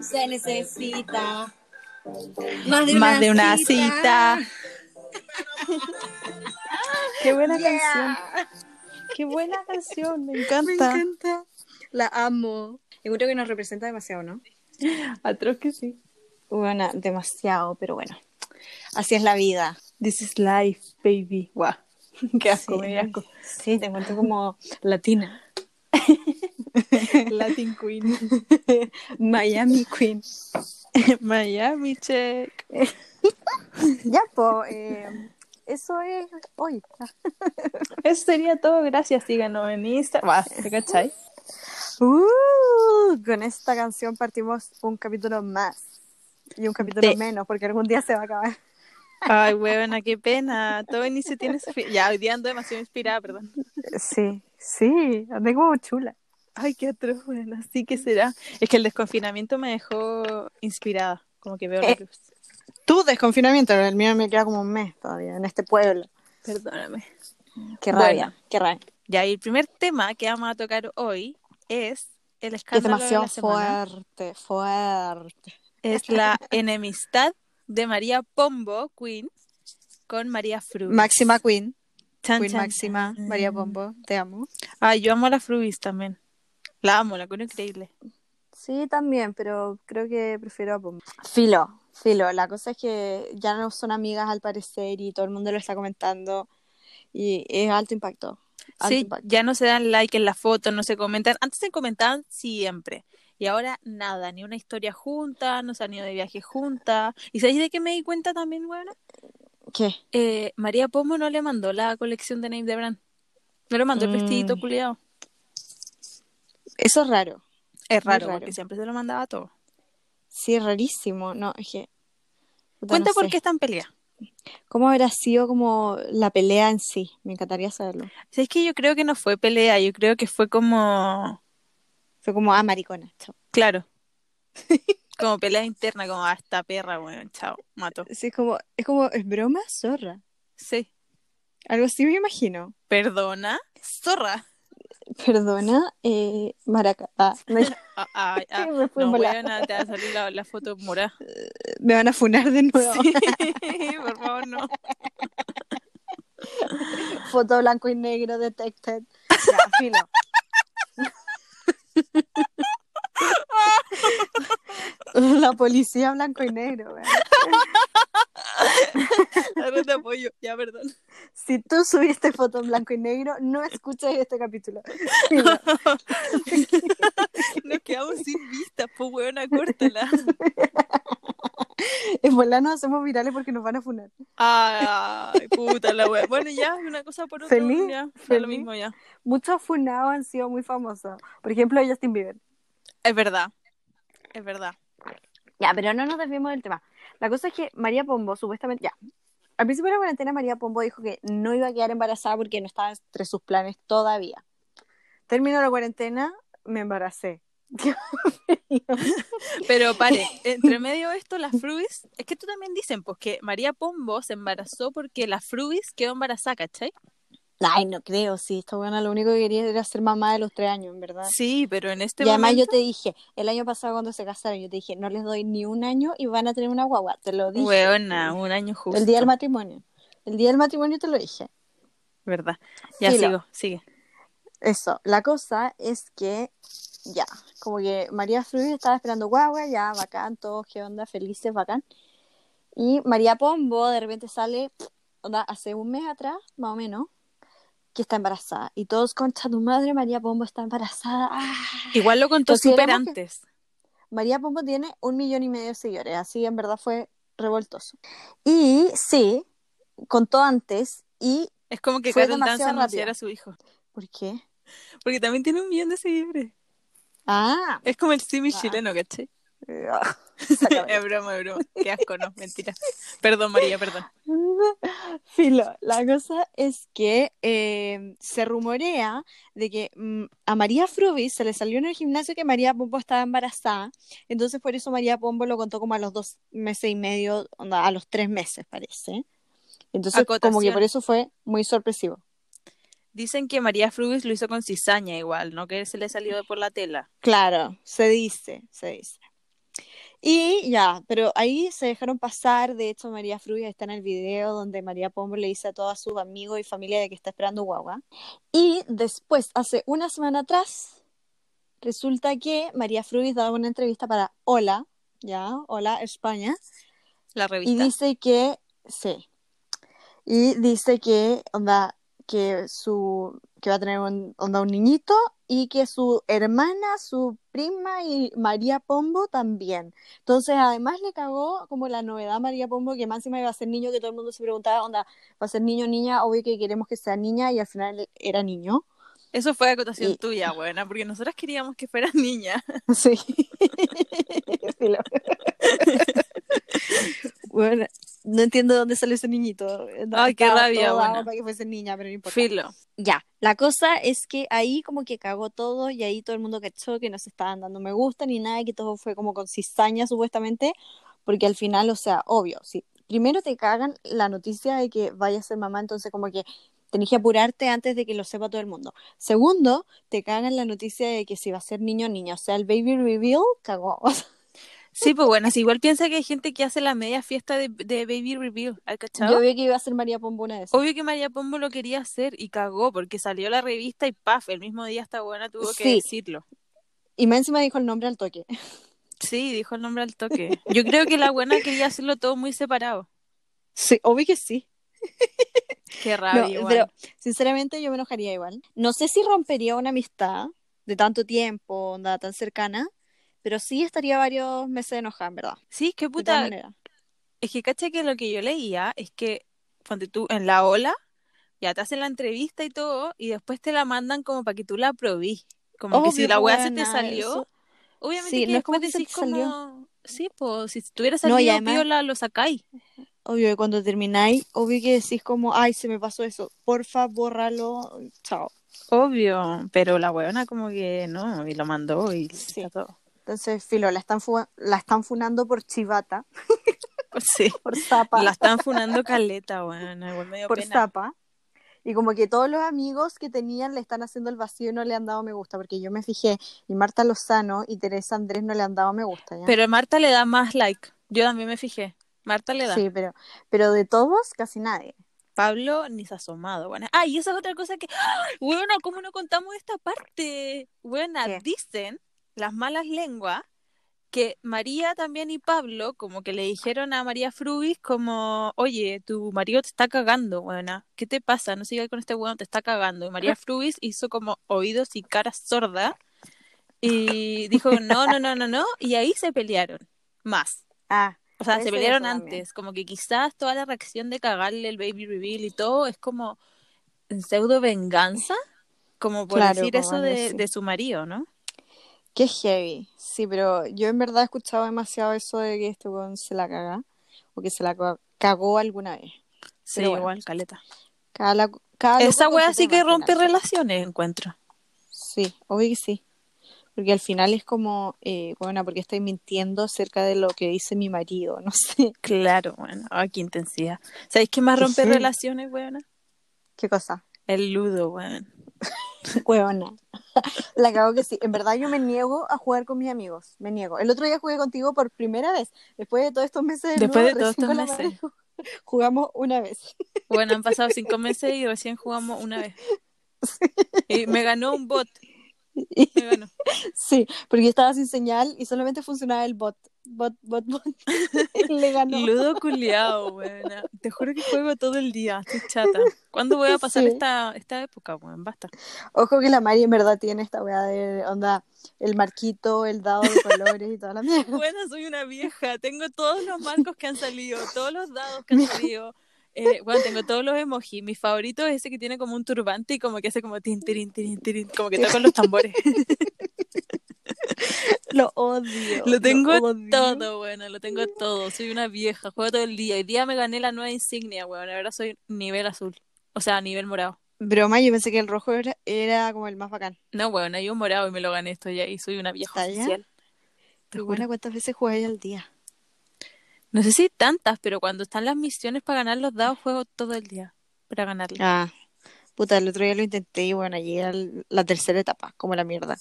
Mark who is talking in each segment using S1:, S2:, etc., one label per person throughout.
S1: Se necesita
S2: Más de una cita. Qué buena
S1: Yeah.
S2: canción. Qué buena canción. Me
S1: Me
S2: encanta.
S1: encanta. La amo. Encuentro que nos representa demasiado, ¿no?
S2: Atroz que sí.
S1: Bueno, demasiado, pero bueno. Así es la vida.
S2: This is life, baby. Guau. Qué asco,
S1: Sí.
S2: me dio asco.
S1: Sí, te encuentro como latina.
S2: Latin Queen.
S1: Miami Queen.
S2: Miami check.
S1: Ya, pues, eso es hoy.
S2: Eso sería todo. Gracias. Síganos en Instagram. Guau, ¿te cachai?
S1: Uh, con esta canción partimos un capítulo más. Y un capítulo
S2: De-
S1: menos, porque algún día se va a acabar.
S2: Ay, huevona, qué pena. Todo inicio tiene su fin. Ya, hoy día ando demasiado inspirada, perdón.
S1: Sí, sí, andé como chula.
S2: Ay, qué atroz, bueno, así que será. Es que el desconfinamiento me dejó inspirada, como que veo la
S1: Eh.
S2: luz.
S1: Tu desconfinamiento, el mío me queda como un mes todavía en este pueblo.
S2: Perdóname.
S1: Qué
S2: Bueno.
S1: rabia, qué rabia.
S2: Ya, y el primer tema que vamos a tocar hoy es el
S1: Es
S2: escándalo de
S1: demasiado
S2: la semana.
S1: fuerte, fuerte.
S2: Es la enemistad de María Pombo, Queen, con María Frubis.
S1: Máxima Queen,
S2: Chan,
S1: Queen
S2: chan,
S1: Máxima,
S2: chan.
S1: María Pombo, te amo.
S2: Ay, yo amo a la Frubis también. La amo, la encuentro increíble.
S1: Sí, también, pero creo que prefiero a Pombo. Filo, filo. La cosa es que ya no son amigas al parecer y todo el mundo lo está comentando y es alto impacto. alto
S2: Sí,
S1: impacto.
S2: ya no se dan like en las fotos, no se comentan. Antes se comentaban siempre. Y ahora nada, ni una historia junta, no se han ido de viaje juntas. ¿Y sabéis de qué me di cuenta también, weona?
S1: ¿Qué?
S2: Eh, María Pomo no le mandó la colección de Nate de Brand. No le mandó el
S1: Mm.
S2: vestidito culiado.
S1: Eso es raro.
S2: Es raro,
S1: raro.
S2: porque siempre se lo mandaba todo.
S1: Sí, es rarísimo. No, es que. puta,
S2: Cuenta
S1: no
S2: por
S1: sé.
S2: qué están peleadas.
S1: ¿Cómo habrá sido como la pelea en sí? Me encantaría saberlo.
S2: Si es que yo creo que no fue pelea, yo creo que fue como.
S1: Fue como, ah, maricona, chao.
S2: Claro. Como pelea interna, como a esta perra, weón, chao, mato.
S1: Sí, es como, es como, es broma, zorra.
S2: Sí.
S1: Algo así me imagino.
S2: Perdona, zorra.
S1: Perdona, eh, maraca. Ah, no,
S2: Ah, ah, ah.
S1: me fui
S2: No,
S1: en volada.
S2: weona, te va a salir la, la foto morada.
S1: Me van a funar de nuevo.
S2: Sí, por favor, no.
S1: Foto blanco y negro detected. Ya, filo. La policía blanco y negro. weón.
S2: Ahora te apoyo. Ya, perdón.
S1: Si tú subiste foto en blanco y negro, no escuches este capítulo. Filo.
S2: Nos quedamos sin vistas, pues, weona, córtala.
S1: En verdad nos hacemos virales porque nos van a funar.
S2: Ay, puta la wea. Bueno, ya, una cosa por otra.
S1: Feliz,
S2: ya, da
S1: feliz.
S2: lo mismo ya.
S1: Muchos funados han sido muy famosos. Por ejemplo, Justin Bieber.
S2: Es verdad. Es verdad.
S1: Ya, pero no nos desviemos del tema. La cosa es que María Pombo, supuestamente, ya. Al principio de la cuarentena, María Pombo dijo que no iba a quedar embarazada porque no estaba entre sus planes todavía. Terminó la cuarentena, me embaracé.
S2: Pero pare, entre medio de esto, la Fruis, es que tú también dicen, pues que María Pombo se embarazó porque la Fruis quedó embarazada, ¿cachai?
S1: Ay, no creo, sí, esta buena lo único que quería era ser mamá de los tres años, en verdad.
S2: Sí, pero en este
S1: Ah. y además
S2: momento.
S1: yo te dije, el año pasado cuando se casaron, yo te dije, no les doy ni un año y van a tener una guagua, te lo dije.
S2: Weona, un año justo.
S1: el día del matrimonio. El día del matrimonio te lo dije.
S2: ¿Verdad? Ya
S1: Filo.
S2: sigo, sigue.
S1: Eso, la cosa es que ya, como que María Fruir estaba esperando guagua, ya, bacán, todos, qué onda, felices, bacán. Y María Pombo de repente sale, onda, hace un mes atrás, más o menos, que está embarazada. Y todos, concha tu madre, María Pombo está embarazada. ¡Ah!
S2: Igual lo contó súper
S1: Consideremos que-
S2: antes.
S1: María Pombo tiene un millón y medio de seguidores, así que en verdad fue revoltoso. Y sí, contó antes, y
S2: Es como que
S1: Fue
S2: Carol Dance
S1: demasiado
S2: anunciara
S1: rápido.
S2: a su hijo.
S1: ¿por qué?
S2: Porque también tiene un millón de seguidores.
S1: Ah,
S2: Es como el simi
S1: Ah.
S2: chileno, ¿cachai?
S1: sácame.
S2: Es broma, es broma. Qué asco, no, mentira. Perdón, María, perdón.
S1: Filo, la cosa es que eh, se rumorea de que mm, a María Frubis se le salió en el gimnasio que María Pombo estaba embarazada, entonces por eso María Pombo lo contó como a los dos meses y medio, onda, a los tres meses parece. Entonces como que
S2: Acotación.
S1: por eso fue muy sorpresivo.
S2: Dicen que María Frubis lo hizo con cizaña igual, no que se le salió por la tela.
S1: Claro, se dice, se dice. Y ya, pero ahí se dejaron pasar, de hecho María Frubis está en el video donde María Pombo le dice a todos sus amigos y familia de que está esperando guagua. Y después, hace una semana atrás, resulta que María Frubis daba una entrevista para Hola, ya, Hola España,
S2: La
S1: y
S2: revista.
S1: dice que, sí, y dice que, onda, que su, que va a tener un, onda, un niñito y que su hermana, su prima y María Pombo también. Entonces, además le cagó como la novedad a María Pombo, que más encima iba a ser niño, que todo el mundo se preguntaba, onda, va a ser niño o niña, obvio que queremos que sea niña y al final era niño.
S2: Eso fue acotación
S1: Y-
S2: tuya, buena, porque nosotras queríamos que fueras niña.
S1: Sí. Sí, lo- bueno, no entiendo dónde salió ese niñito.
S2: Ay, qué
S1: Estaba
S2: rabia,
S1: todo dado
S2: bueno.
S1: para que fuese niña, pero no importa.
S2: Filo.
S1: Ya, la cosa es que ahí como que cagó todo y ahí todo el mundo cachó que no se estaban dando me gusta ni nada, que todo fue como con cizaña supuestamente, porque al final, o sea, obvio, si primero te cagan la noticia de que vayas a ser mamá, entonces como que tenés que apurarte antes de que lo sepa todo el mundo. Segundo, te cagan la noticia de que si va a ser niño o niña, o sea, el baby reveal cagó.
S2: Sí, pues bueno, si igual piensa que hay gente que hace la media fiesta de, de Baby Reveal, ¿hay cachado?
S1: Yo vi que iba a ser María Pombo una de esas.
S2: Obvio que María Pombo lo quería hacer y cagó porque salió la revista y paf, el mismo día esta buena tuvo que
S1: Sí.
S2: decirlo.
S1: Y más encima dijo el nombre al toque.
S2: Sí, dijo el nombre al toque. Yo creo que la buena quería hacerlo todo muy separado.
S1: Sí, obvio que sí.
S2: Qué rabia.
S1: No,
S2: igual.
S1: pero sinceramente yo me enojaría igual. No sé si rompería una amistad de tanto tiempo, onda tan cercana, pero sí estaría varios meses enojada, en verdad.
S2: Sí, qué
S1: De todas
S2: puta.
S1: maneras.
S2: Es que cacha que lo que yo leía es que, ponte tú, en la ola, ya te hacen la entrevista y todo, y después te la mandan como para que tú la probís. Como que si
S1: Obvio,
S2: la
S1: pues,
S2: weá se te
S1: weona,
S2: salió,
S1: eso-
S2: obviamente
S1: Sí,
S2: que
S1: no es como que
S2: después
S1: se
S2: decís
S1: te salió.
S2: como, sí, pues, si tuviera
S1: No, y
S2: salido
S1: además-
S2: piola, lo sacáis.
S1: Obvio que cuando termináis, obvio que decís como, ay, se me pasó eso. Porfa, bórralo. Chao.
S2: Obvio, pero la weona como que no, y lo mandó y
S1: Sí.
S2: está todo.
S1: Entonces, filo, la están, fu- la están funando por chivata,
S2: Sí,
S1: por zapa.
S2: la están funando caleta, weona, igual medio
S1: por
S2: pena.
S1: zapa. Y como que todos los amigos que tenían le están haciendo el vacío y no le han dado me gusta, porque yo me fijé, y Marta Lozano y Teresa Andrés no le han dado me gusta. ¿ya?
S2: Pero Marta le da más like, yo también me fijé, Marta le da.
S1: sí, pero, pero de todos, casi nadie.
S2: Pablo ni se ha asomado, buena. Ah, y esa es otra cosa que, ¡Ah! buena, ¿cómo no contamos esta parte? Buena,
S1: ¿Qué?
S2: dicen las malas lenguas que María también y Pablo como que le dijeron a María Frubis como, oye, tu marido te está cagando, buena, ¿qué te pasa? No sigas con este weón, te está cagando. Y María Frubis hizo como oídos y cara sorda y dijo, no, no, no, no, no, y ahí se pelearon más.
S1: Ah,
S2: O sea,
S1: Puede
S2: se
S1: ser
S2: pelearon
S1: eso también.
S2: antes, como que quizás toda la reacción de cagarle el baby reveal y todo es como en pseudo venganza, como por
S1: Claro,
S2: decir
S1: como
S2: eso
S1: algo
S2: de,
S1: así.
S2: de su marido, ¿no?
S1: qué heavy. Sí, pero yo en verdad he escuchado demasiado eso de que este weón se la caga, o que se la ca- cagó alguna vez.
S2: Sí,
S1: Pero bueno.
S2: igual, caleta.
S1: Cada, la- cada loco
S2: Esa
S1: con
S2: wea
S1: su
S2: sí
S1: tema,
S2: que
S1: al
S2: rompe
S1: final.
S2: relaciones, encuentro.
S1: Sí, obvio que sí. Porque al final es como, eh, bueno, porque estoy mintiendo acerca de lo que dice mi marido, no sé.
S2: Claro, bueno, ay, qué intensidad. ¿Sabéis qué más
S1: Qué
S2: rompe
S1: heavy.
S2: relaciones, weona?
S1: ¿Qué cosa?
S2: El ludo, weón.
S1: Huevona. La cago que sí. En verdad yo me niego a jugar con mis amigos. Me niego. El otro día jugué contigo por primera vez. Después de todos estos meses. de
S2: Después de
S1: nuevo,
S2: todos
S1: recién
S2: estos
S1: con la Mari
S2: meses.
S1: Jugamos una vez.
S2: Bueno, han pasado cinco meses y recién jugamos una vez. Y me ganó un bot, me ganó.
S1: Sí, porque estaba sin señal y solamente funcionaba el bot. Bot, bot, bot. Le ganó.
S2: Ludo culiao, buena. Te juro que juego todo el día, estoy chata. ¿Cuándo voy a pasar
S1: Sí.
S2: esta, esta época, weón? Basta.
S1: Ojo que la Mari en verdad tiene esta weá de onda, el marquito, el dado de colores y toda la mierda.
S2: Buena, soy una vieja. Tengo todos los marcos que han salido, todos los dados que han salido. Eh, bueno, tengo todos los emojis. Mi favorito es ese que tiene como un turbante y como que hace como tin, tirin, tirin, tirin, como que tocan los tambores.
S1: Lo odio.
S2: Lo tengo
S1: odio.
S2: todo, bueno, lo tengo todo. Soy una vieja, juego todo el día. Hoy día me gané la nueva insignia, weón. Ahora soy nivel azul, o sea, nivel morado.
S1: Broma, yo pensé que el rojo era, era como el más bacán.
S2: No, weón, hay un morado y me lo gané, estoy ahí, soy una vieja
S1: ¿Está ya?
S2: oficial. Te
S1: Y
S2: juro.
S1: bueno, ¿cuántas veces jugáis al día?
S2: No sé si tantas, pero cuando están las misiones para ganar los dados, juego todo el día para ganarlos.
S1: Ah, Puta, el otro día lo intenté y bueno, llegué a la tercera etapa, como la mierda.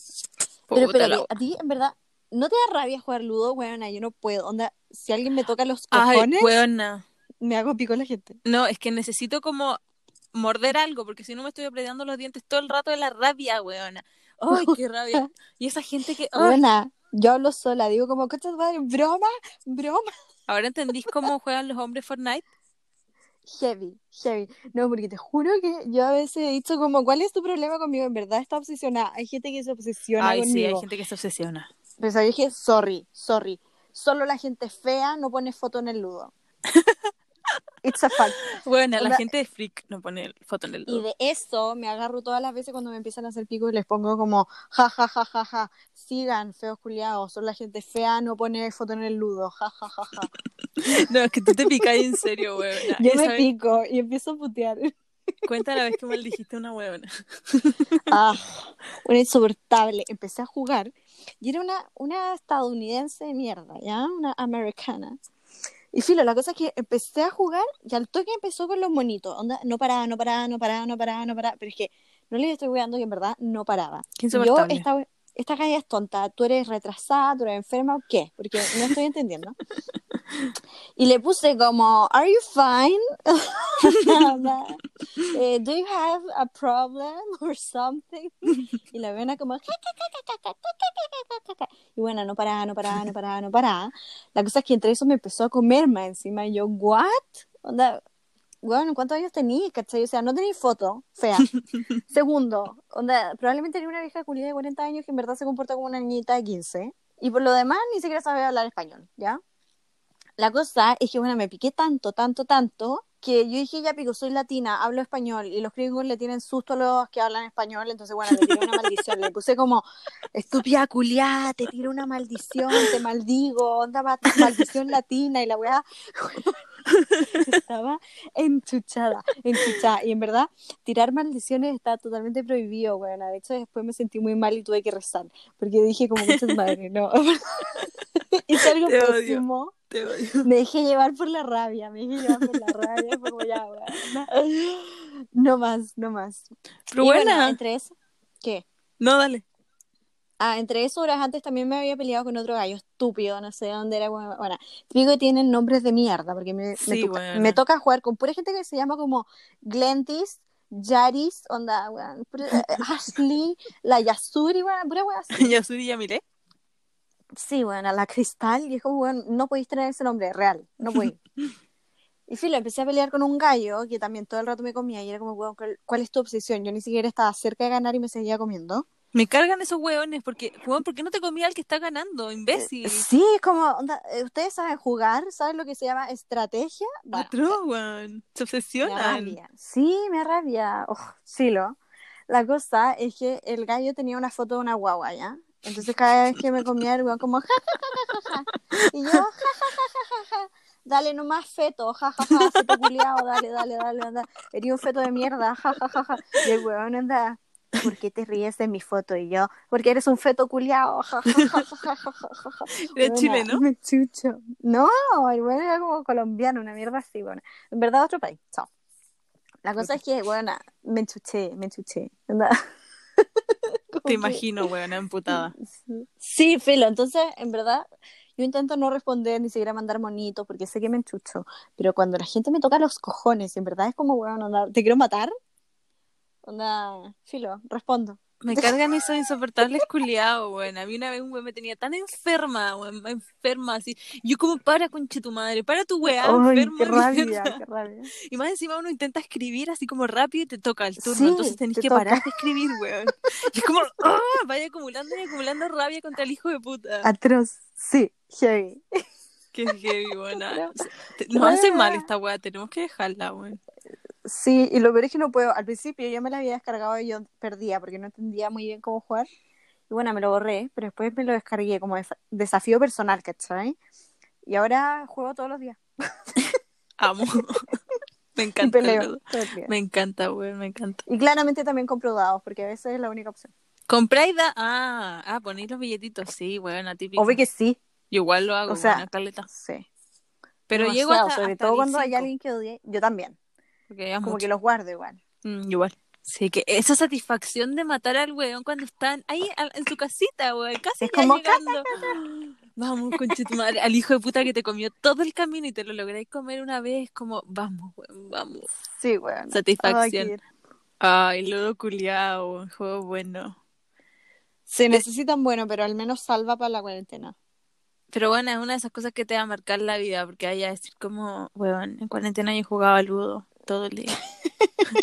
S1: Pero
S2: Puta
S1: espérate,
S2: la-
S1: a ti, en verdad, ¿no te da rabia jugar ludo? Bueno, yo no puedo. Onda, si alguien me toca los
S2: Ay,
S1: cojones,
S2: weona.
S1: me hago pico la gente.
S2: No, es que necesito como morder algo, porque si no me estoy apretando los dientes todo el rato de la rabia, weona. Ay, qué rabia. Y esa gente que... ay,
S1: Buena, yo hablo sola, digo como, ¿qué madre? ¿Broma? ¿Broma?
S2: Ahora entendís cómo juegan los hombres Fortnite.
S1: Heavy, heavy. No, porque te juro que yo a veces he dicho como, ¿cuál es tu problema conmigo? En verdad está obsesionada. Hay gente que se obsesiona
S2: Ay, sí, hay
S1: conmigo.
S2: gente que se obsesiona.
S1: Pero sabes que, sorry, sorry. Solo la gente fea no pone foto en el ludo. It's a fact.
S2: Bueno, la
S1: Onda-
S2: gente de freak no pone foto en el
S1: Y
S2: dedo.
S1: de eso me agarro todas las veces cuando me empiezan a hacer pico y les pongo como, ja, ja, ja, ja, ja, sigan, feos culiados, solo la gente fea no pone foto en el ludo, ja, ja, ja, ja.
S2: No, es que tú te picas en serio, weona.
S1: Yo
S2: Esa
S1: me
S2: vez-
S1: pico y empiezo a putear.
S2: Cuenta la vez que maldijiste a una weona.
S1: Ah, una insoportable. Empecé a jugar y era una, una estadounidense de mierda, ¿ya? Una americana. Y filo, la cosa es que empecé a jugar y al toque empezó con los monitos. Onda, no paraba, no paraba, no paraba, no paraba, no paraba. Pero es que no les estoy cuidando que en verdad no paraba.
S2: Qué
S1: Yo,
S2: insoportable.
S1: esta, esta calle es tonta. ¿Tú eres retrasada? ¿Tú eres enferma o qué? Porque no estoy entendiendo. Y le puse como, ¿Are you fine? Onda, eh, ¿Do you have a problem or something? Y la vena como... "Ja, ja, ja, ja, ja, ja, ja, ja, ja, ja". Y bueno, no paraba, no paraba, no paraba, no paraba. La cosa es que entre eso me empezó a comer más encima. Y yo, ¿what? Onda, bueno, ¿cuántos años tenías, cachai? O sea, no tenéis foto, fea. Segundo, onda, probablemente tenía una vieja culia de 40 años que en verdad se comporta como una niñita de 15. Y por lo demás, ni siquiera sabe hablar español, ¿ya? La cosa es que, bueno, me piqué tanto, tanto, tanto, que yo dije, ya pico, soy latina, hablo español, y los gringos le tienen susto a los que hablan español, entonces, bueno, le tiré una maldición, le puse como, estúpida culiá, te tiro una maldición, te maldigo, onda, ma- maldición latina, y la weá estaba enchuchada, enchuchada, y en verdad, tirar maldiciones está totalmente prohibido, bueno, de hecho, después me sentí muy mal y tuve que rezar, porque dije, como, muchas madre, no, hice algo
S2: Te odio.
S1: pésimo.
S2: Te odio.
S1: Me dejé llevar por la rabia, me dejé llevar por la rabia, fue como ya, weón. No más, no más.
S2: Pero
S1: Y bueno,
S2: buena.
S1: entre eso, ¿qué?
S2: No, dale.
S1: Ah, entre eso horas antes también me había peleado con otro gallo estúpido, no sé dónde era, weón. Bueno, digo que tienen nombres de mierda, porque me, me
S2: Sí,
S1: toca,
S2: weona.
S1: me toca jugar con pura gente que se llama como Glentis, Yaris, onda, weón, pura- eh, Ashley, la Yasuri, weón, pura weón.
S2: Yasuri ya miré.
S1: Sí, bueno, a la cristal, y es como, bueno, no podéis tener ese nombre, real, no podéis. y filo, empecé a pelear con un gallo que también todo el rato me comía y era como, weón, ¿cuál, cuál es tu obsesión? Yo ni siquiera estaba cerca de ganar y me seguía comiendo.
S2: Me cargan esos hueones porque, hueón, ¿por qué no te comía el que está ganando, imbécil?
S1: Sí, es como, onda, eh, ustedes saben jugar, saben lo que se llama estrategia. Bueno,
S2: Otro, hueón. Se
S1: me da
S2: obsesionan.
S1: rabia. Sí, me da rabia. Oj, sí, lo. La cosa es que el gallo tenía una foto de una guagua, ¿ya? Entonces cada vez que me comía el weón como ja, ja, ja, ja, ja, ja. Y yo, ja, ja, ja, ja, ja, ja. Dale nomás feto, ja, ja, ja, feto culiao, dale, dale, dale, anda. Eres un feto de mierda, ja, ja, ja, ja. Y el weón anda, ¿por qué te ríes de mi foto? Y yo, porque eres un feto culiao, ja, ja, ja, ja, ja, ja, ja, ja.
S2: Era
S1: Weona,
S2: chileno.
S1: Me chucho. No, el weón era como colombiano, una mierda así, bueno. En verdad, otro país, chao. La cosa es que, bueno, me enchuché, me enchuché. ¿verdad? Como
S2: Te
S1: que-
S2: imagino, hueona, amputada.
S1: Sí, filo. Entonces, en verdad, yo intento no responder ni siquiera mandar monitos porque sé que me enchucho. Pero cuando la gente me toca los cojones, en verdad es como, bueno, onda, te quiero matar. Onda, filo, respondo.
S2: Me cargan esos insoportables culiados, weón. A mí una vez un weón me tenía tan enferma, weón, enferma, así. Yo como, para, conche tu madre, para tu weá,
S1: Ay,
S2: enfermo
S1: qué
S2: de
S1: rabia,
S2: mierda".
S1: qué rabia.
S2: Y más encima uno intenta escribir así como rápido y te toca el turno,
S1: Sí,
S2: entonces tenés
S1: te
S2: que
S1: toca.
S2: parar de escribir, weón. Y es como, ¡ah! Vaya acumulando y acumulando rabia contra el hijo de
S1: Ah,
S2: puta.
S1: Atroz, sí, heavy.
S2: Qué heavy, buena.
S1: Pero-
S2: Nos hace
S1: Weona.
S2: mal esta weá, tenemos que dejarla, weón.
S1: Sí, y lo peor es que no puedo. Al principio yo me la había descargado y yo perdía porque no entendía muy bien cómo jugar. Y bueno, me lo borré, pero después me lo descargué como desa- desafío personal, ¿cachai? Y ahora juego todos los días.
S2: Amo. Me
S1: Y
S2: encanta,
S1: peleo
S2: loco.
S1: todos los días.
S2: Me encanta, weón, me encanta.
S1: Y claramente también compro dados, porque a veces es la única opción.
S2: Compráis da. Ah, ah, ponéis los billetitos, sí, weón, típico.
S1: Obvio que sí.
S2: Yo igual lo hago,
S1: O sea,
S2: buena caleta.
S1: Sí.
S2: Pero
S1: Demasiado,
S2: llego hasta,
S1: sobre
S2: hasta
S1: todo
S2: el
S1: cuando hay
S2: cinco,
S1: alguien que odie. Yo también.
S2: porque ya es
S1: Como
S2: mucho.
S1: que los guardo igual.
S2: Mm, igual. Sí, que esa satisfacción de matar al weón cuando están ahí a- en su casita, weón, casi
S1: Es
S2: ya
S1: como,
S2: llegando. Vamos, conchetumare, al hijo de puta que te comió todo el camino y te lo logré comer una vez, como, vamos, weón, vamos.
S1: Sí, weón.
S2: Satisfacción. Ay, lodo culiao, weón, juego bueno.
S1: Se necesitan bueno, pero al menos salva para la cuarentena.
S2: Pero bueno, es una de esas cosas que te va a marcar la vida, porque vaya a decir como, weón, en cuarentena yo jugaba ludo todo el día.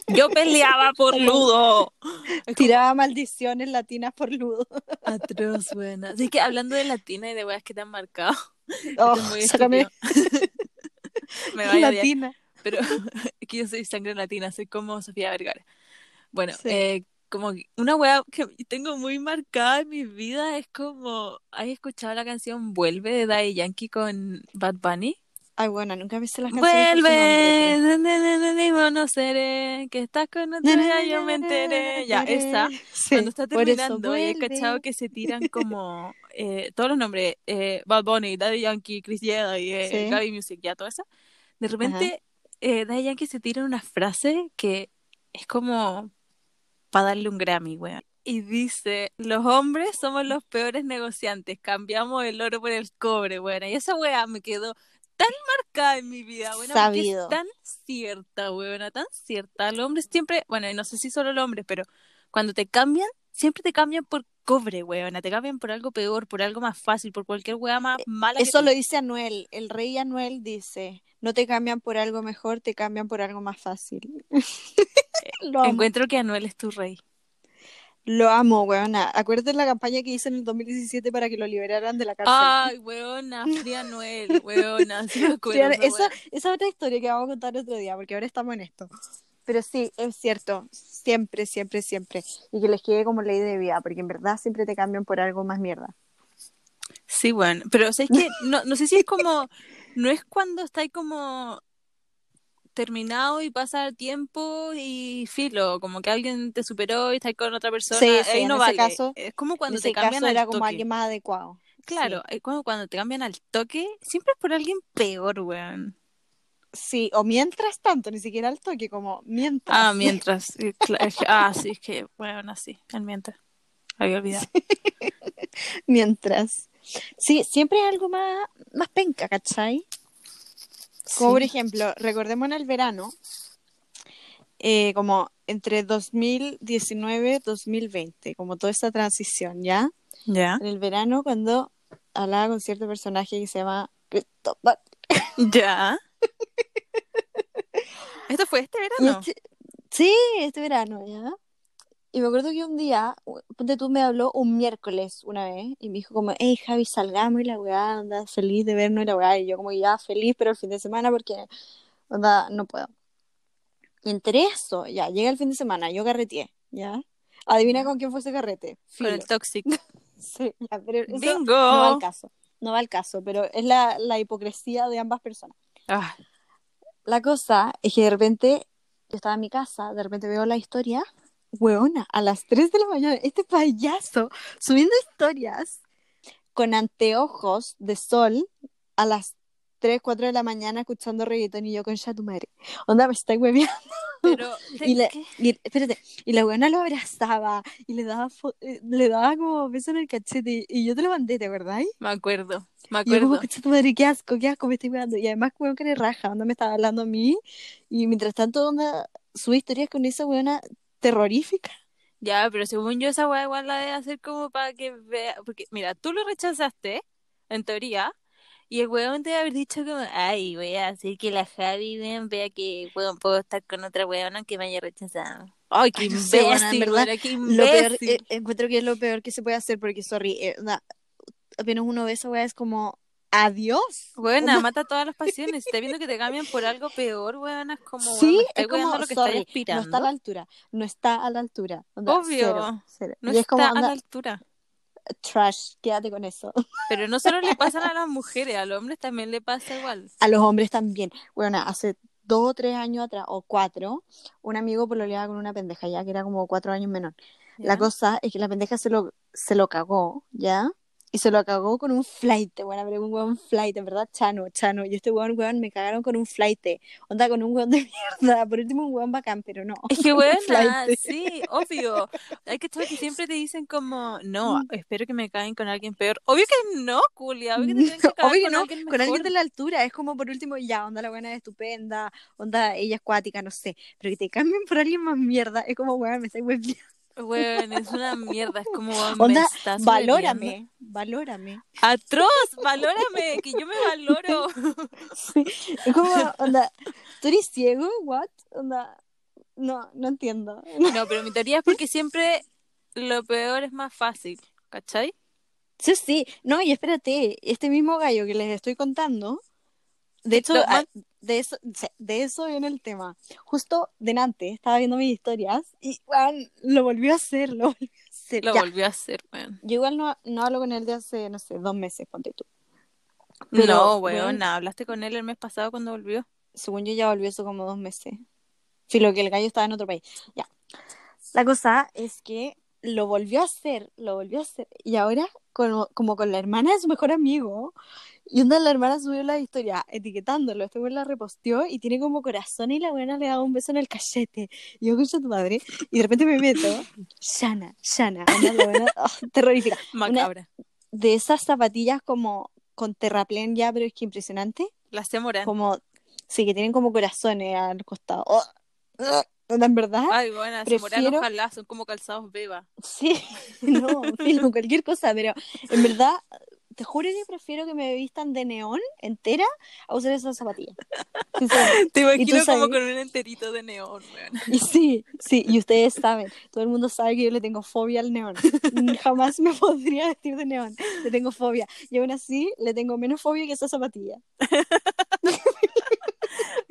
S2: yo peleaba por ludo. Es como
S1: Tiraba maldiciones latinas por Ludo.
S2: atroz, weón. Así que hablando de latina y de weas que te han marcado,
S1: Oh,
S2: esto es muy
S1: sácame
S2: estúpido. Me vaya a odiar,
S1: latina.
S2: pero es que yo soy sangre latina, soy como Sofía Vergara. Bueno,
S1: Sí.
S2: eh, como que una wea que tengo muy marcada en mi vida es como, ¿has escuchado la canción Vuelve de Daddy Yankee con Bad Bunny?
S1: Ay, bueno, nunca me hice las canciones este por su nombre,
S2: Vuelve, na, na, na, na, na, yo no seré, que estás con otro,
S1: creo.
S2: ya yo me enteré. Ya, esa.
S1: Sí,
S2: Cuando está
S1: por eso
S2: terminando, y he
S1: vuelve.
S2: cachado que se tiran como eh, todos los nombres: eh, Bad Bunny, Daddy Yankee, Chris Jedi, eh,
S1: Sí.
S2: Gaby Music, ya todo eso. De repente, eh, Daddy Yankee se tira una frase que es como para darle un Grammy, weón. Y dice: Los hombres somos los peores negociantes, cambiamos el oro por el cobre, weón. Y esa weá me quedó tan marcada en mi vida, weón, porque es
S1: Sabido.
S2: tan cierta, weón, tan cierta. El hombre siempre, bueno, y no sé si solo el hombre, pero cuando te cambian, siempre te cambian por cobre, weón, te cambian por algo peor, por algo más fácil, por cualquier weá más mala
S1: Eh, Eso
S2: que
S1: lo
S2: tú.
S1: dice Anuel. El rey Anuel dice: No te cambian por algo mejor, te cambian por algo más fácil. lo amo.
S2: Encuentro que Anuel es tu rey.
S1: Lo amo, weona. Acuérdate la campaña que hizo en el 2017 para que lo liberaran de la cárcel.
S2: Ay, weona, fría Anuel, weona, sí me
S1: Sí,
S2: acuerdo,
S1: ahora- esa,
S2: weón.
S1: esa otra historia que vamos a contar otro día, porque ahora estamos en esto. Pero sí, es cierto, siempre, siempre, siempre. Y que les quede como ley de vida, porque en verdad siempre te cambian por algo más mierda.
S2: Sí, bueno, pero ¿sabes qué? No, no sé si es como, no es cuando está ahí como terminado y pasa el tiempo y filo, como que alguien te superó y está ahí con otra persona,
S1: Sí, sí,
S2: ahí
S1: en
S2: no
S1: ese
S2: vale.
S1: caso-
S2: es como
S1: En
S2: cuando te
S1: ese
S2: cambian
S1: caso
S2: al
S1: era como
S2: toque.
S1: alguien más adecuado.
S2: Claro, es como cuando te cambian al toque, siempre es por alguien peor, weón.
S1: Sí, sí, o mientras tanto, ni siquiera al toque, como mientras.
S2: Ah, mientras. eh, cla- es que- Ah, sí, es que, weón, así, el mientras. Había olvidado.
S1: mientras. Sí, siempre es algo más, más penca, ¿cachai? Como por
S2: Sí.
S1: ejemplo, recordemos en el verano, eh, como entre 2019-2020, como toda esta transición, ¿ya?
S2: ¿Ya?
S1: En el verano cuando hablaba con cierto personaje que se llama Cristóbal.
S2: ¿Ya? ¿Esto fue este
S1: Y
S2: verano?
S1: este- sí, este verano, ¿ya? Y me acuerdo que un día, ponte tú, me habló un miércoles una vez y me dijo como, hey Javi, salgamos y la weá, anda, feliz de vernos y la weá. Y yo como ya feliz, pero el fin de semana porque, onda, no puedo. Y entre eso, ya, llega el fin de semana, yo carreteé, ¿ya? Adivina
S2: Ya.
S1: con quién fue ese carrete.
S2: Con
S1: Filo.
S2: el tóxico.
S1: Sí, ya, pero eso no va al
S2: ¡Bingo!
S1: caso. No va al caso, pero es la, la hipocresía de ambas personas.
S2: Ah,
S1: La cosa es que de repente yo estaba en mi casa, de repente veo la historia, weona, a las 3 de la mañana, este payaso subiendo historias con anteojos de sol a las 3, 4 de la mañana escuchando reggaetón y yo con ya tu madre. Onda, me está hueviando.
S2: pero,
S1: Y la,
S2: ¿qué?
S1: y, espérate, y la weona lo abrazaba y le daba, fo- eh, le daba como beso en el cachete y, y yo te lo mandé, ¿te acordás?
S2: Me acuerdo, me
S1: Y yo como,
S2: acuerdo.
S1: "Concha tu madre, qué asco, qué asco, me estoy cuidando. Y además, weón, que le raja, onda me estaba hablando a mí. Y mientras tanto, onda, sube historias con esa weona terrorífica.
S2: Ya, pero según yo esa weá igual la de hacer como para que vea, porque mira, tú lo rechazaste, en teoría, y el weón te debe haber dicho como, ay, voy a hacer que la Javi vean, vea que weón, puedo estar con otra weona aunque me haya rechazado. Ay, qué
S1: Ay, no sé, weona, en
S2: imbécil,
S1: verdad,
S2: weón, qué
S1: lo peor, eh,
S2: imbécil.
S1: encuentro que es lo peor que se puede hacer porque, sorry, eh, onda, apenas uno ve esa weona es como, adiós.
S2: Weona,
S1: Onda,
S2: mata todas las pasiones, está viendo que te cambian por algo peor, weona, es como, weón, me
S1: sí, es
S2: estáis weando
S1: como,
S2: lo que estáis
S1: sorry, no está a
S2: aspirando.
S1: la altura, no está a la altura. Onda, cero,
S2: Obvio,
S1: cero.
S2: no
S1: Y es como,
S2: está a la
S1: onda,
S2: altura.
S1: trash, quédate con eso.
S2: Pero no solo le pasan a las mujeres, a los hombres también le pasa igual.
S1: A los hombres también. Bueno, hace dos o tres años atrás, o cuatro, un amigo pololeaba con una pendeja, ya que era como cuatro años menor. La
S2: ¿Ya?
S1: cosa es que la pendeja se lo, se lo cagó, ¿ya? Y se lo cagó con un flight, bueno, pero un weón flight, en verdad, chano, chano. Y este weón, weón, me cagaron con un flight. Onda con un weón de mierda. Por último, un weón bacán, pero no.
S2: Es que bueno,
S1: flaite.
S2: sí, obvio. Hay que saber que siempre te dicen como,
S1: Mm.
S2: no, espero que me caen con alguien peor. Obvio que no, Julia. Obvio que te tienen que caer
S1: Obvio que
S2: con,
S1: no,
S2: alguien
S1: con alguien
S2: mejor.
S1: de la altura. Es como por último, ya, onda la buena es estupenda, onda ella es cuática, no sé. Pero que te cambien por alguien más mierda. Es como, weón, me estáis hueviando.
S2: Weón, es una mierda. Es como, weón, me
S1: Onda,
S2: estás hueviando.
S1: valórame, valórame.
S2: Atroz, valórame, que yo me valoro.
S1: Es como, onda, ¿tú eres ciego? ¿What? Onda, no, no entiendo.
S2: No, pero mi teoría es porque siempre lo peor es más fácil, ¿cachai?
S1: Sí, sí. No, y espérate, este mismo gallo que les estoy contando, de hecho,
S2: TikTok,
S1: a- de eso, sí, de eso viene el tema. Justo delante estaba viendo mis historias y weón, lo volvió a hacer, lo volvió a hacer.
S2: Lo
S1: Ya,
S2: volvió a hacer, weón.
S1: yo igual no, no hablo con él de hace, no sé, dos meses, ponte tú. Pero,
S2: No,
S1: weón.
S2: weón, nada, hablaste con él el mes pasado cuando volvió.
S1: Según yo ya volvió eso como dos meses. Filo, que el gallo estaba en otro país. Ya. La cosa es que lo volvió a hacer, lo volvió a hacer. Y ahora, como, como con la hermana de su mejor amigo, y onda la hermana subió la historia etiquetándolo, este güey la reposteó y tiene como corazón y la buena le da un beso en el cachete. Y yo escucho a tu madre y de repente me meto, Shana, Shana, onda la buena, oh, terrorífica.
S2: Macabra.
S1: De esas zapatillas como con terraplén ya, pero es que impresionante
S2: La hacía morar.
S1: como sí que tienen como corazones al costado Oh, ah, en verdad
S2: Ay, bueno, se moran,
S1: prefiero-
S2: ojalá, son como calzados beba.
S1: sí no filo, cualquier cosa pero en verdad te juro que prefiero que me vistan de neón entera a usar esas zapatillas Sinceramente.
S2: Te imagino
S1: sabes?
S2: como con un enterito de neón, weón.
S1: y sí sí y ustedes saben todo el mundo sabe que yo le tengo fobia al neón jamás me podría vestir de neón le tengo fobia y aún así le tengo menos fobia que esa zapatilla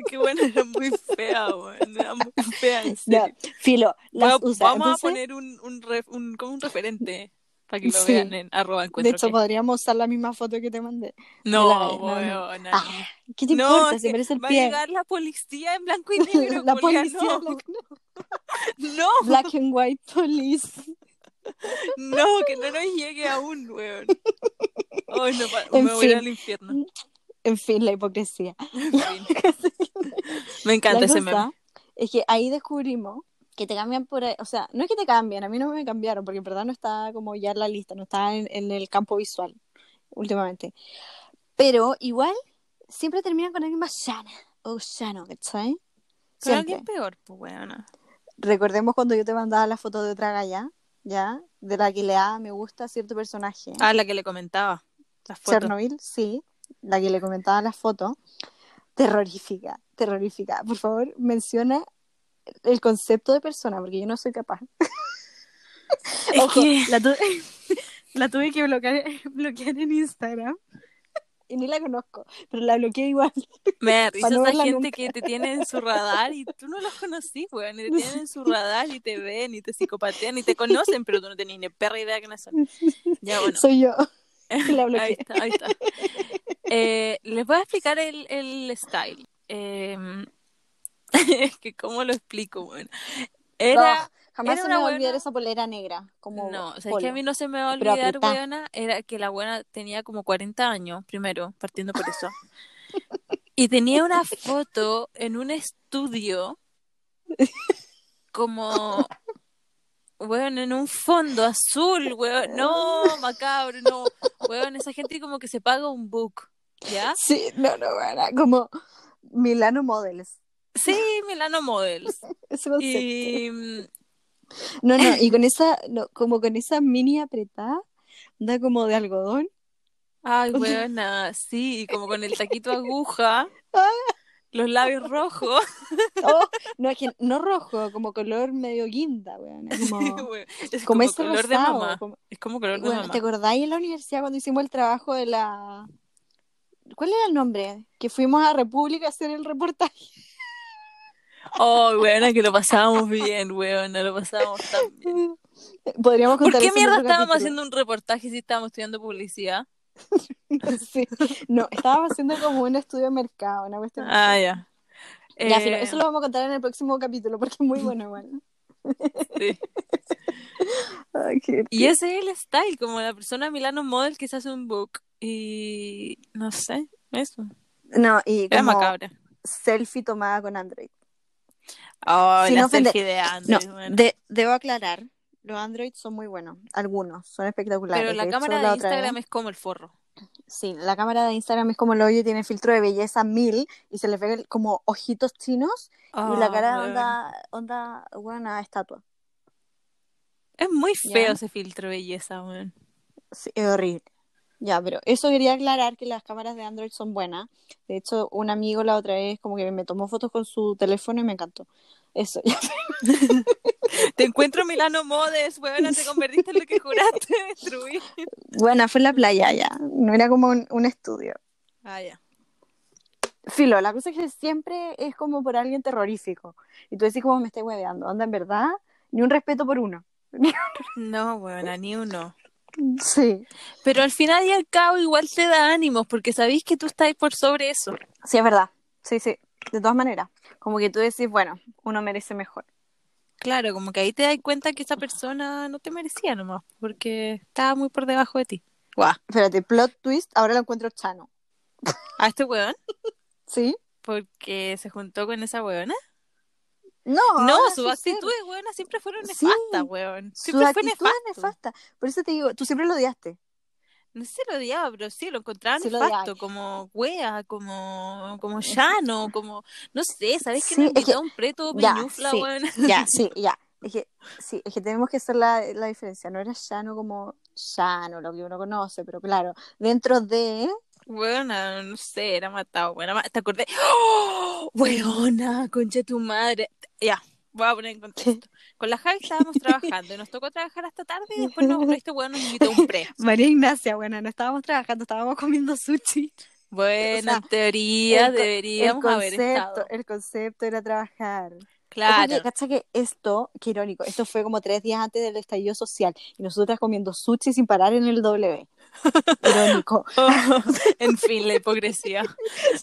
S2: Qué bueno, era muy fea, weón. Era muy fea, en
S1: Ya,
S2: serio.
S1: filo las
S2: Bueno,
S1: usa.
S2: vamos
S1: Entonces,
S2: a poner un, un, ref- un- como un referente para que lo
S1: Sí.
S2: vean en arroba
S1: de
S2: encuentro.
S1: hecho
S2: que.
S1: podríamos usar la misma foto que te mandé
S2: No,
S1: la- no, no.
S2: weón. No,
S1: Ah, ¿Qué te
S2: No,
S1: importa?
S2: es
S1: Se
S2: que
S1: parece el
S2: va a
S1: pie.
S2: llegar la policía en blanco y negro.
S1: la
S2: Julia,
S1: policía.
S2: no.
S1: black- no,
S2: no,
S1: Black and white police.
S2: no, que no nos llegue aún, weón. Ay, no, pa-
S1: En
S2: me voy a ir
S1: fin.
S2: al infierno.
S1: En fin, la hipocresía.
S2: En fin. Me encanta
S1: La
S2: ese
S1: cosa
S2: meme.
S1: es que ahí descubrimos que te cambian por ahí. O sea, no es que te cambian, a mí no me cambiaron, porque en verdad no está como ya en la lista, no está en, en el campo visual últimamente. Pero igual, siempre terminan con alguien más Shana. O Shano, ¿cachai?
S2: Con
S1: Siempre.
S2: alguien peor, pues, weón.
S1: Recordemos cuando yo te mandaba la foto de otra galla, ¿ya? De la que le da me gusta a cierto personaje.
S2: Ah, la que le comentaba. La foto.
S1: Chernobyl, sí, la que le comentaba la foto, terrorífica, terrorífica. Por favor, menciona el concepto de persona, porque yo no soy capaz.
S2: Es
S1: Ojo,
S2: que-
S1: la, tuve, la tuve que bloquear, bloquear en Instagram. Y ni la conozco, pero la bloqueé igual.
S2: Me da risa
S1: Pa' no
S2: esa
S1: verla
S2: gente
S1: nunca.
S2: que te tiene en su radar y tú no los conocís, weón. Y te tienen en su radar y te ven y te psicopatean y te conocen, pero tú no tenés ni perra idea quiénes son. Ya, bueno.
S1: Soy yo. Y la
S2: Ahí
S1: bloqueé.
S2: está, ahí está. Eh, les voy a explicar el, el style. Eh, es que, ¿cómo lo explico, weón? Era.
S1: No, jamás
S2: era
S1: se
S2: una
S1: me va a olvidar
S2: buena-
S1: esa polera negra. Como
S2: No, o sea, es que
S1: polo.
S2: a mí no se me va a
S1: Pero
S2: olvidar,
S1: apretá.
S2: weona, era que la buena tenía como 40 años, primero, partiendo por eso. Y tenía una foto en un estudio, como, weón, en un fondo azul, weón, no, macabro, no, weón, esa gente como que se paga un book, ¿ya?
S1: Sí, no, no, era como Milano Models.
S2: Sí, Milano Models.
S1: Ese concepto.
S2: Y mm,
S1: No, no, y con esa, no, como con esa mini apretada, da como de algodón.
S2: Ay, weona, sí, como con el taquito aguja,
S1: Ah.
S2: los labios rojos.
S1: Oh, no, es que no rojo, como color medio guinda, weón. es Como, como,
S2: weón, Es como
S1: ese
S2: color de
S1: rosado.
S2: mamá.
S1: como-
S2: Es como color de
S1: Bueno,
S2: mamá.
S1: ¿te acordáis en la universidad cuando hicimos el trabajo de la. ¿Cuál era el nombre? Que fuimos a República a hacer el reportaje.
S2: Oh, weona, que lo pasábamos bien, weona, lo pasábamos tan bien.
S1: Podríamos
S2: ¿Por
S1: contar
S2: qué
S1: eso en
S2: mierda
S1: otro
S2: estábamos
S1: capítulo.
S2: haciendo un reportaje si estábamos estudiando publicidad?
S1: Sí. No, estábamos haciendo como un estudio de mercado, una cuestión. así.
S2: Ah, ya.
S1: Ya,
S2: Eh,
S1: filo, eso lo vamos a contar en el próximo capítulo porque es muy bueno igual.
S2: sí. Ah,
S1: Ay, qué
S2: Este, Y ese es el style, como la persona Milano Model que se hace un book. Y no sé, eso.
S1: No, y
S2: Era
S1: como
S2: macabra.
S1: selfie tomada con Android.
S2: Ay,
S1: Sin
S2: la
S1: ofender.
S2: selfie de
S1: No,
S2: Android, bueno.
S1: de- debo aclarar, los Android son muy buenos, algunos, son espectaculares.
S2: Pero
S1: De
S2: la
S1: hecho,
S2: cámara
S1: la
S2: de
S1: otra
S2: Instagram
S1: vez-
S2: es como el forro.
S1: sí, la cámara de Instagram es como el hoyo, tiene filtro de belleza mil y se les ve el- como ojitos chinos y la
S2: Ah,
S1: cara de
S2: weón.
S1: onda, onda, buena estatua.
S2: Es muy
S1: ¿Ya?
S2: feo ese filtro de belleza, weón.
S1: Sí, es horrible. Ya, pero eso quería aclarar que las cámaras de Android son buenas. De hecho, un amigo la otra vez como que me tomó fotos con su teléfono y me encantó. Eso, ya.
S2: Te encuentro Milano Modes, weón, te convertiste en lo que juraste destruir.
S1: Bueno, fue en la playa ya, no era como un, un estudio.
S2: Ah, ya.
S1: Filo, la cosa es que siempre es como por alguien terrorífico. Y tú decís como me estoy hueveando, anda en verdad, ni un respeto por uno.
S2: No, weón, ni uno.
S1: Sí.
S2: Pero al final y al cabo igual te da ánimos, porque sabéis que tú estás por sobre eso.
S1: Sí, es verdad. Sí, sí, de todas maneras. Como que tú decís, bueno, uno merece mejor.
S2: Claro, como que ahí te das cuenta que esa persona no te merecía nomás, porque estaba muy por debajo de ti. Guau.
S1: Espérate, plot twist, ahora lo encuentro chano.
S2: A este weón,
S1: ¿Sí?
S2: porque se juntó con esa weona.
S1: No,
S2: No,
S1: ahora
S2: sus
S1: su ser.
S2: actitudes, weona, siempre fueron
S1: Sí.
S2: nefastas, weón.
S1: Su
S2: Siempre fue
S1: actitud
S2: nefasto.
S1: es nefasta. Por eso te digo, tú siempre lo odiaste.
S2: No sé si lo odiaba, pero sí, lo encontraba
S1: Sí, lo odiaba. Eh,
S2: nefasto, como wea, como, como llano, como, no sé, ¿sabes que
S1: Sí,
S2: me
S1: es que-
S2: invitó a un preto
S1: ya,
S2: piñufla,
S1: sí.
S2: weón?
S1: Ya, sí, ya. Es que, sí, es que tenemos que hacer la, la diferencia. No era llano como llano, lo que uno conoce, pero claro, dentro de.
S2: Weona, no sé, era matado, weona, ma- te acordé, ¡Oh! weona, concha de tu madre, ya, voy a poner en contexto, con la Javi estábamos trabajando, y nos tocó trabajar hasta tarde, y después nos, este weón nos invitó a un pre,
S1: María Ignacia, bueno, no estábamos trabajando, estábamos comiendo sushi.
S2: bueno,
S1: O sea,
S2: en teoría
S1: el co-
S2: deberíamos
S1: el
S2: haber estado,
S1: concepto, el concepto era trabajar. Ojo
S2: claro,
S1: que, cacha que esto, qué irónico, esto fue como tres días antes del estallido social y nosotras comiendo sushi sin parar en el W. Irónico.
S2: en fin, la hipocresía.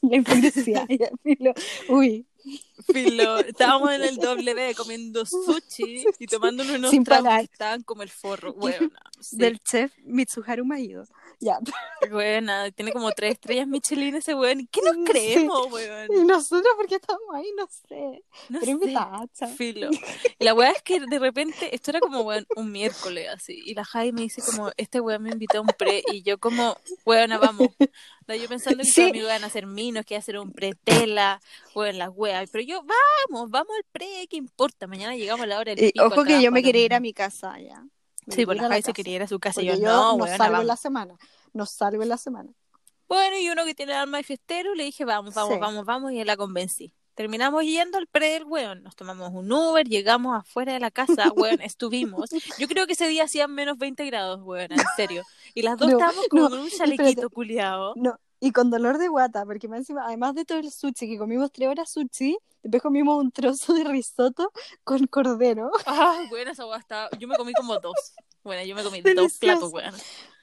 S1: La hipocresía. ya, filo. Uy,
S2: Filo, estábamos en el W comiendo sushi y tomándonos unos
S1: Sin
S2: tragos
S1: parar.
S2: que estaban como el forro. Buena, sí.
S1: del chef Mitsuharu Maido. Ya.
S2: Buena, tiene como tres estrellas Michelin ese weón. ¿Qué nos creemos, weón?
S1: Y nosotros, ¿por qué estamos ahí? No sé.
S2: No
S1: Pero
S2: sé.
S1: invitada, chao.
S2: Filo. Y La weá es que de repente, esto era como weón, un miércoles así. Y la Javi me dice como, este weón me invitó a un pre. Y yo como, weona, vamos. O sea, Yo pensando que
S1: Sí.
S2: mis amigos iban a hacer minos, que iba a hacer un pre-tela, weón, las weas. Pero yo, vamos, vamos al pre, ¿qué importa? Mañana llegamos a la hora del
S1: Y
S2: pico a
S1: ojo que yo me
S2: trabajar.
S1: quería ir a mi casa ya. Me
S2: Sí,
S1: quería
S2: pues
S1: ir
S2: la
S1: a la
S2: Javi se
S1: casa.
S2: quería ir a su casa. Y yo,
S1: Porque
S2: no,
S1: yo no
S2: weona,
S1: salgo en la
S2: vamos.
S1: semana. No salgo en la semana.
S2: Bueno, y uno que tiene alma de fiestero, le dije, vamos, vamos,
S1: Sí.
S2: vamos, vamos, y la convencí. Terminamos yendo al pre del weón. Nos tomamos un Uber, llegamos afuera de la casa, weón, estuvimos. Yo creo que ese día hacían menos 20 grados, weón, en serio. Y las dos
S1: No,
S2: estábamos como
S1: no,
S2: con un
S1: espérate.
S2: chalequito culiado.
S1: No, y con dolor de guata, porque más encima, además de todo el sushi, que comimos tres horas sushi, después comimos un trozo de risotto con cordero.
S2: Ah, weón, esa weá estaba. Yo me comí como dos. Bueno, yo me comí dos platos,
S1: Delicioso.
S2: weón.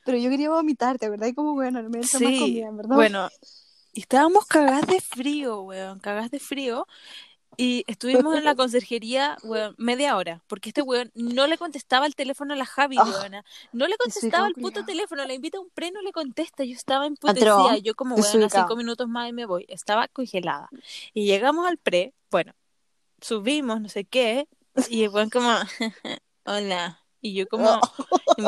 S1: Pero yo quería vomitar, ¿te acordás? Y como, bueno, no me entra más
S2: Sí,
S1: comida, en verdad.
S2: bueno, y estábamos cagadas de frío, weón, cagadas de frío. Y estuvimos en la conserjería, weón, media hora, porque este weón no le contestaba el teléfono a la Javi,
S1: Ah,
S2: weona. No le contestaba
S1: desubicado,
S2: el puto
S1: culiao.
S2: teléfono, la invita a un pre, no le contesta. Yo estaba
S1: Atroz,
S2: emputecida, yo como weón, a
S1: desubicado.
S2: cinco minutos más y me voy. Estaba congelada. Y llegamos al pre, bueno, subimos, no sé qué, y el weón como, hola. Y yo como,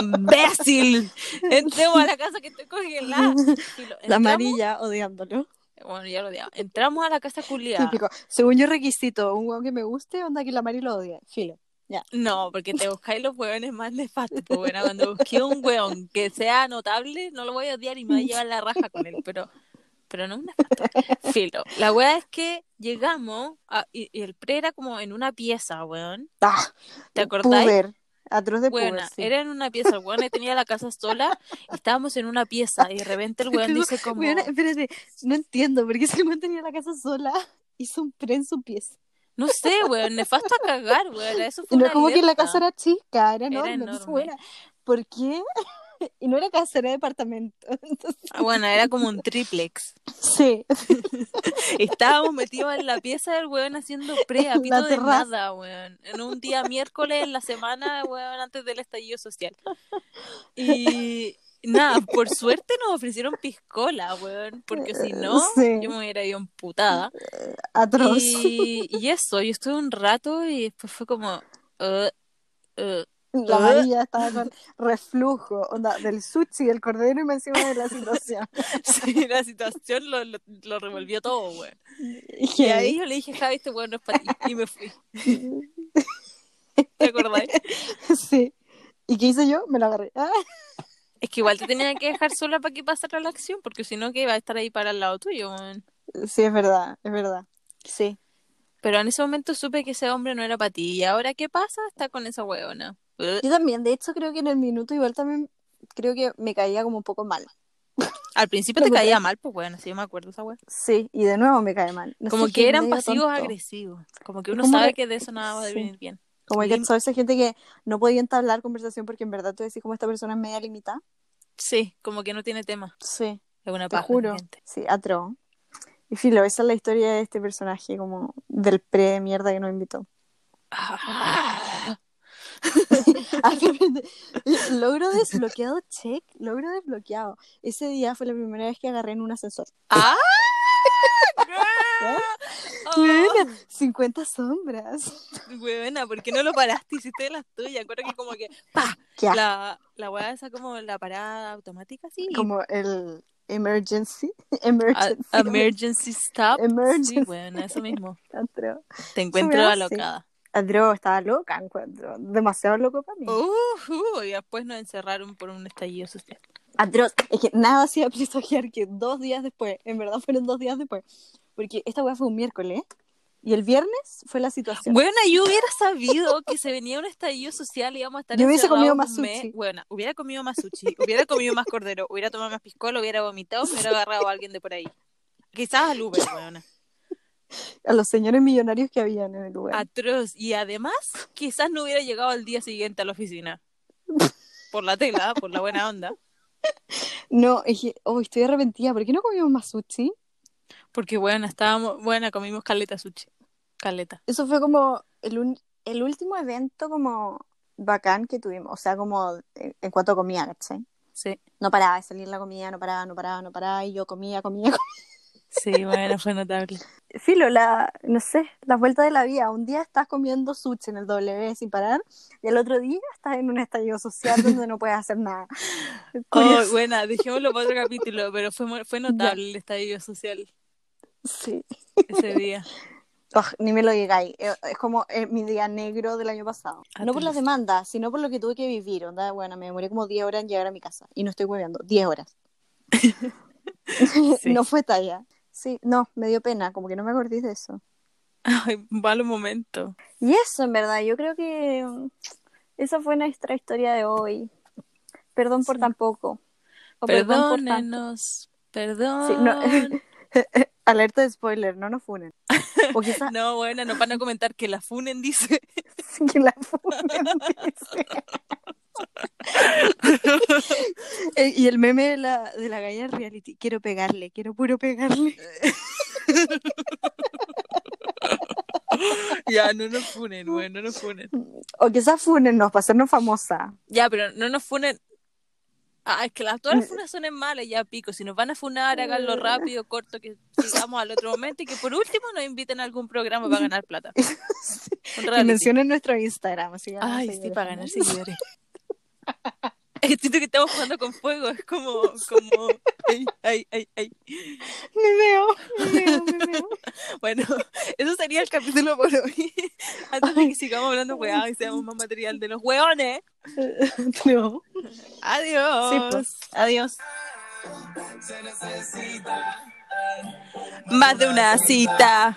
S2: imbécil, entremos a la casa que estoy congelada. Y lo-
S1: La
S2: entramos,
S1: amarilla odiándolo.
S2: bueno, ya lo odiaba. Entramos a la casa culiada.
S1: Típico. Según yo, requisito, un hueón que me guste, onda que la Mari lo odie. Filo. Ya.
S2: No, porque te buscáis los hueones más nefastos, pues bueno, cuando busqué un hueón que sea notable, no lo voy a odiar y me voy a llevar la raja con él, pero, pero no es nefasto. Filo. La hueá es que llegamos a- y, y el pre era como en una pieza, hueón.
S1: Ah,
S2: ¿Te acordáis?
S1: puber. Atroz de puber,
S2: Buena,
S1: sí.
S2: era en una pieza, el hueón ahí tenía la casa sola, y estábamos en una pieza, y de repente el hueón
S1: Pero,
S2: dice
S1: weona,
S2: como,
S1: espérate, no entiendo por qué ese weón tenía la casa sola. Hizo un pre en su pieza.
S2: no sé, hueón, nefasto a cagar, hueón, eso fue
S1: No es
S2: una
S1: como que la
S2: alerta.
S1: casa era chica, era
S2: Era
S1: enorme. Entonces,
S2: enorme.
S1: weona, ¿por qué? Y no era casa, era departamento. Entonces,
S2: Ah, bueno, era como un triplex.
S1: sí,
S2: Estábamos metidos en la pieza del weón haciendo pre, a
S1: En
S2: pito
S1: la
S2: de
S1: terraza.
S2: nada, weón. En un día miércoles en la semana, weón, antes del estallido social. Y nada, por suerte nos ofrecieron piscola, weón, porque si no,
S1: Sí.
S2: yo me hubiera ido emputada.
S1: atroz.
S2: Y, y eso, yo estuve un rato y después fue como... eh, eh,
S1: La María estaba con reflujo, onda, del sushi, del cordero y me encima de la situación.
S2: sí, la situación lo, lo, lo revolvió todo, weón.
S1: Y
S2: Y ahí yo le dije, Javi, este weón no es para ti. Y me fui, ¿te acordáis?
S1: Sí. ¿Y qué hice yo? Me la agarré. Ah,
S2: Es que igual te tenía que dejar sola para que pasara la acción, porque si no, que iba a estar ahí para el lado tuyo. weón.
S1: Sí, es verdad, es verdad. Sí.
S2: Pero en ese momento supe que ese hombre no era para ti. ¿Y ahora qué pasa? Está con esa huevona.
S1: Yo también, de hecho, creo que en el minuto igual también creo que me caía como un poco mal.
S2: Al principio te
S1: Lo que-
S2: caía mal, pues bueno, sí, yo me acuerdo esa hueá.
S1: Sí, y de nuevo me cae mal. No
S2: Como
S1: sé,
S2: que
S1: es
S2: eran
S1: medio
S2: pasivos
S1: tonto.
S2: agresivos. Como que uno
S1: Como
S2: sabe
S1: que-
S2: que de eso nada va a
S1: sí.
S2: venir bien.
S1: Como hay que
S2: Lim-
S1: saber esa gente que no podía entablar conversación porque en verdad tú decís como esta persona es media limitada.
S2: Sí, como que no tiene tema.
S1: Sí,
S2: Es una
S1: te
S2: paja,
S1: juro.
S2: gente.
S1: Sí, atro. Y filo, esa es la historia de este personaje como del pre de mierda que nos invitó.
S2: Ah,
S1: Ah, logro desbloqueado, check. Logro desbloqueado. Ese día fue la primera vez que agarré en un ascensor.
S2: ¡Ah!
S1: ¿Eh?
S2: Oh,
S1: Buena, 50 sombras.
S2: Huevona, ¿por qué no lo paraste? Hiciste las tuyas. Acuerdo que como que ¡pa!
S1: Ya.
S2: La, la weá esa como la parada automática, sí.
S1: Como el emergency. Emergency.
S2: A- emergency stop.
S1: Emergency.
S2: Sí, bueno, eso mismo.
S1: Atro.
S2: Te encuentro
S1: weá, sí.
S2: alocada.
S1: Atro, estaba loca, encuentro. Demasiado loco para mí.
S2: Ujú, Uh-huh, y después nos encerraron por un estallido social.
S1: Atroz. Es que nada hacía presagiar que dos días después, en verdad fueron dos días después, porque esta weá fue un miércoles y el viernes fue la situación.
S2: Bueno, yo hubiera sabido que se venía un estallido social y íbamos a estar
S1: Yo hubiese
S2: encerrados
S1: comido
S2: un
S1: más
S2: mes.
S1: sushi.
S2: Bueno, hubiera comido más sushi, hubiera comido más cordero, hubiera tomado más piscola, hubiera vomitado, me hubiera agarrado a alguien de por ahí. Quizás al Uber, weona.
S1: A los señores millonarios que habían en el lugar.
S2: Ah. Atroz. Y además, quizás no hubiera llegado al día siguiente a la oficina. Por la tela, por la buena onda.
S1: No, es que, oh, estoy arrepentida. ¿Por qué no comimos más sushi?
S2: Porque bueno, estábamos, bueno, comimos caleta sushi. Caleta.
S1: Eso fue como el, un- el último evento como bacán que tuvimos. O sea, como eh, en, en cuanto a comida, ¿cachai?
S2: Sí.
S1: No paraba de salir la comida, no paraba, no paraba, no paraba. Y yo comía, comía,
S2: Sí, bueno, fue notable.
S1: Filo, la, no sé, la vuelta de la vida. Un día estás comiendo sushi en el W sin parar y el otro día estás en un estallido social donde no puedes hacer nada.
S2: Oh,
S1: Curioso.
S2: bueno, dejémoslo para otro capítulo, pero fue, mu- fue notable el estadio social
S1: Sí.
S2: ese día.
S1: Ugh, ni me lo digáis. Eh, Es como eh, mi día negro del año pasado. No por las
S2: Atroz.
S1: demandas, sino por lo que tuve que vivir. Onda, bueno, me demoré como 10 horas en llegar a mi casa y no estoy hueveando. 10 horas.
S2: Sí.
S1: No fue talla. Sí, no, me dio pena, como que no me acordé de eso.
S2: Ay, malo momento.
S1: Y eso, en verdad, yo creo que mm, esa fue nuestra historia de hoy. Perdón por
S2: Sí.
S1: tan poco. O Oh, perdón por tanto.
S2: Perdónenos. Perdón.
S1: Sí, no. Alerta de spoiler, no nos funen. O quizás
S2: No, bueno, no van a comentar que la funen, dice.
S1: que la funen. dice. Eh, y el meme de la, de la galla reality, quiero pegarle, quiero puro pegarle.
S2: Ya, no nos funen, bueno, no nos funen.
S1: O quizás funennos para hacernos famosa.
S2: Ya, pero no nos funen. Ah, es que las,
S1: Mm.
S2: todas las funas son en malas, ya pico. Si nos van a funar, háganlo rápido, corto, que sigamos al otro momento y que por último nos inviten a algún programa para ganar plata. Un
S1: Y
S2: reality.
S1: mencionen nuestro Instagram. Así que
S2: Ay,
S1: vamos a
S2: sí,
S1: ir
S2: para
S1: dejando.
S2: ganar seguidores. Es que siento que estamos jugando con fuego, es como, como, ay, ay, ay, ay.
S1: Me veo, me veo, me veo.
S2: Bueno, eso sería el capítulo por hoy. Antes de que sigamos hablando hueá y seamos más material de los hueones.
S1: No.
S2: Adiós.
S1: Sí, pues. Adiós.
S2: Más de una cita.